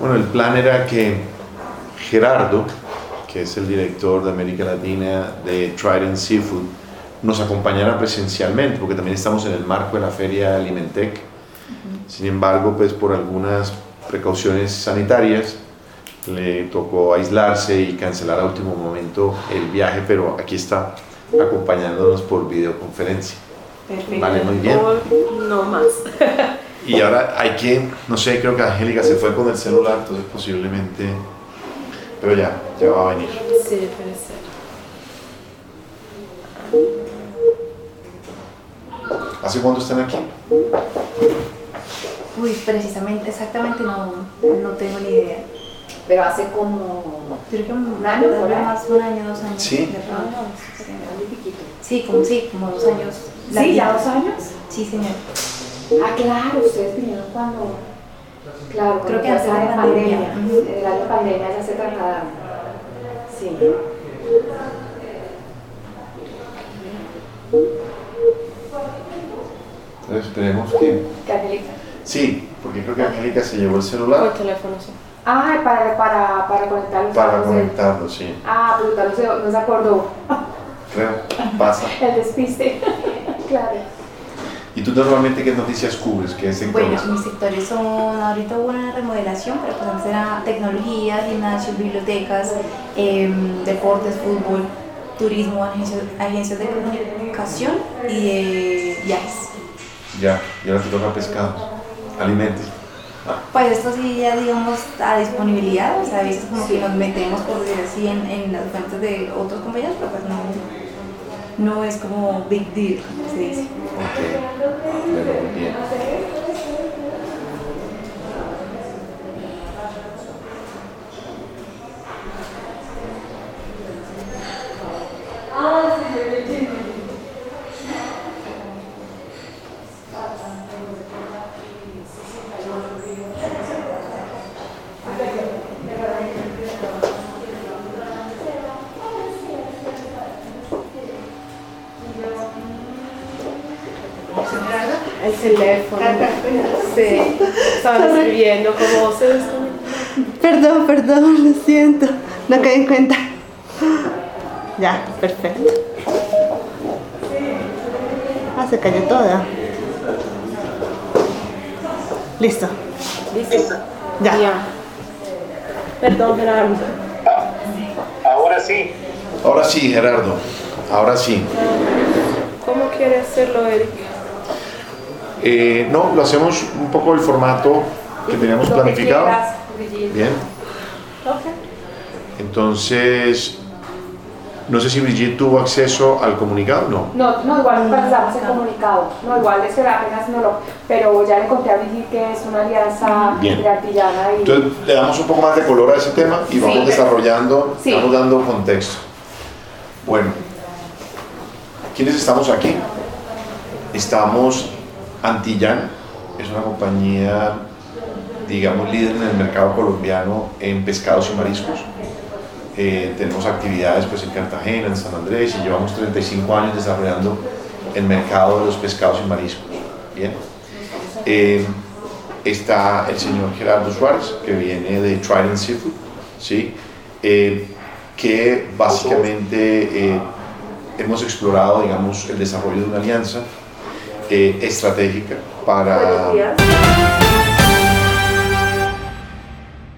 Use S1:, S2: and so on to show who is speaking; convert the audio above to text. S1: Bueno, el plan era que Gerardo, que es el director de América Latina de Trident Seafood, nos acompañara presencialmente, porque también estamos en el marco de la feria Alimentec. Sin embargo, pues por algunas precauciones sanitarias, le tocó aislarse y cancelar a último momento el viaje, pero aquí está acompañándonos por videoconferencia.
S2: Perfecto.
S1: Vale, muy bien.
S2: O No más.
S1: Y ahora hay que, no sé, creo que Angélica se fue con el celular, entonces posiblemente, pero ya, ya va a venir.
S2: Sí, puede ser.
S1: ¿Hace cuánto están aquí?
S3: Uy, precisamente, exactamente no, no tengo ni idea.
S4: Pero hace como
S3: Creo que un
S4: ¿Un
S3: año,
S4: año por ahí?
S3: más un año, dos años.
S1: Sí.
S3: de
S4: Ah,
S3: pronto.
S4: no, es que era muy piquito.
S3: Sí, como, sí, como dos años.
S4: Sí, ya
S3: latinos.
S4: dos años.
S3: Sí, señor.
S4: Ah, claro, ustedes vinieron cuando.
S3: Creo
S4: Claro, cuando
S3: que antes
S4: fue
S3: de
S4: la
S3: la
S4: pandemia.
S3: pandemia.
S4: Ujú. En la pandemia ya se trasladaron. Sí.
S1: Entonces esperemos que...
S4: ¿Qué, Angélica?
S1: Sí, porque creo que Angélica se llevó el celular
S2: teléfono, sí.
S4: Ah, para, para, para conectar los
S1: para
S4: cables de-
S1: conectarlo, sí.
S4: Ah, brutal, no se, no se acordó.
S1: Creo, pasa.
S4: El despiste. claro.
S1: ¿Y tú normalmente qué noticias cubres? ¿Qué sectores?
S3: Bueno, mis sectores son, ahorita hubo una remodelación, pero pues antes era tecnología, gimnasios, bibliotecas, em, deportes, fútbol, turismo, agencias, agencias de comunicación y de viajes.
S1: Ya, y ahora te toca pescado, alimentos.
S3: Pues esto sí ya digamos a disponibilidad, o sea, a veces como que nos metemos por decir así en, en las cuentas de otros compañeros, pero pues no, no es como big deal, como se dice.
S1: Ok, bueno, muy bien.
S2: El teléfono. Sí. Estaban escribiendo como se desconectó.
S5: Perdón, perdón, lo siento. No caí en cuenta. Ya, perfecto. Ah, se cayó toda. Listo. Ya.
S2: Perdón, Gerardo.
S6: Ahora sí,
S1: Ahora sí, Gerardo, ahora sí.
S2: ¿Cómo quiere hacerlo, Eric?
S1: Eh, no, lo hacemos un poco el formato que teníamos planificado. Bien,
S2: Ok.
S1: entonces, no sé si Brigitte tuvo acceso al comunicado, no.
S4: No, no, igual pasamos el
S3: no.
S4: comunicado. No, igual es que apenas no lo. Pero ya le conté a Brigitte que es una alianza
S1: Bien.
S4: gratillana y.
S1: Entonces le damos un poco más de color a ese tema y vamos
S4: Sí.
S1: desarrollando,
S4: Sí.
S1: vamos dando contexto. Bueno, ¿quiénes estamos aquí? Estamos Antillán, es una compañía, digamos, líder en el mercado colombiano en pescados y mariscos. Eh, tenemos actividades pues, en Cartagena, en San Andrés y llevamos 35 años desarrollando el mercado de los pescados y mariscos. Bien. Eh, está el señor Gerardo Suárez, que viene de Trident Seafood, ¿sí? Eh, que básicamente eh, hemos explorado, digamos, el desarrollo de una alianza eh, estratégica para...
S2: Buenos días.